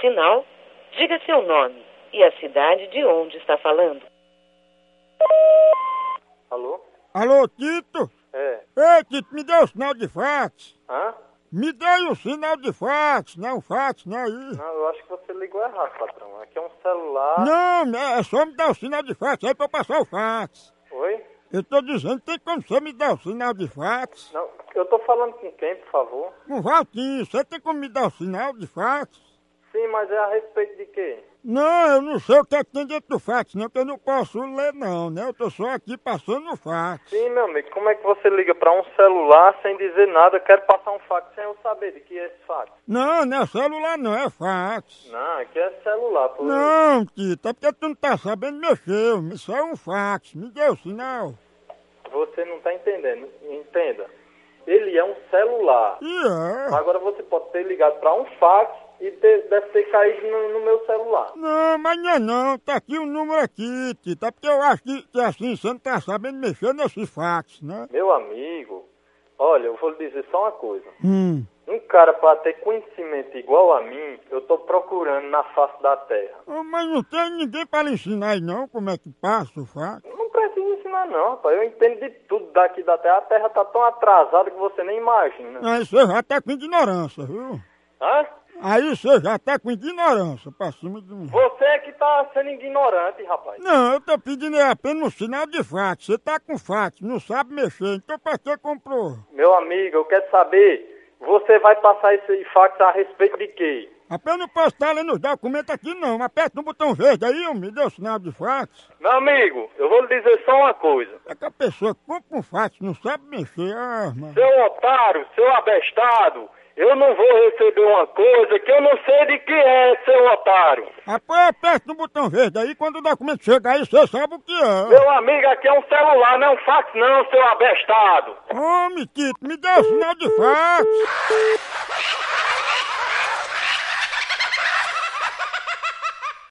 sinal, diga seu nome e a cidade de onde está falando. Alô? Alô, Tito? É. Ei, Tito, me dê o sinal de fax. Hã? Me dê o sinal de fax, não fax, não é aí. Não, eu acho que você ligou errado, patrão. Aqui é um celular. Não, é só me dar o sinal de fax aí pra eu passar o fax. Oi? Eu tô dizendo, tem como você me dar o sinal de fax? Não, eu tô falando com quem, por favor? Com Valtinho, você tem como me dar o sinal de fax? Sim, mas é a respeito de quê? Não, eu não sei o que é que tem dentro do fax, não, que eu não posso ler não, né? Eu tô só aqui passando o fax. Sim, meu amigo, como é que você liga pra um celular sem dizer nada? Eu quero passar um fax sem eu saber de que é esse fax. Não, não é celular não, é fax. Não, aqui é celular, por Não, Tito, é porque tu não tá sabendo mexer, isso é um fax, me dê o sinal. Você não tá entendendo. Entenda. Ele é um celular. E é. Agora você pode ter ligado pra um fax e ter- deve ter caído no, no meu celular. Não, mas não é não, tá aqui o número aqui, Tito, é porque eu acho que, que assim você não tá sabendo mexer nesse fax, né? Meu amigo, olha, eu vou lhe dizer só uma coisa. Hum. Um cara pra ter conhecimento igual a mim, eu tô procurando na face da terra. Ô, Mas não tem ninguém para lhe ensinar aí não como é que passa o fax. Eu Não precisa me ensinar não, rapaz. Eu entendo de tudo daqui da terra. A terra tá tão atrasada que você nem imagina. Aí você já tá com ignorância, viu? Hã? Aí você já tá com ignorância pra cima de mim. Você é que tá sendo ignorante, rapaz. Não, eu tô pedindo é apenas um sinal de fax. Você tá com fax, não sabe mexer, então pra que comprou? Meu amigo, eu quero saber, você vai passar esse fax a respeito de quê? Apenas não posso estar lendo os documentos aqui não. Aperta no botão verde aí, eu me deu o sinal de fax. Meu amigo, eu vou lhe dizer só uma coisa. É que a pessoa que compra um fax, não sabe mexer, ah, mano. Seu otário, seu abestado, eu não vou receber uma coisa que eu não sei de que é, seu otário. Apoia, aperta no botão verde aí, quando o documento chegar aí, você sabe o que é. Meu amigo, aqui é um celular, não é um fax não, seu abestado. Homem, Tito, me deu o sinal de um fax.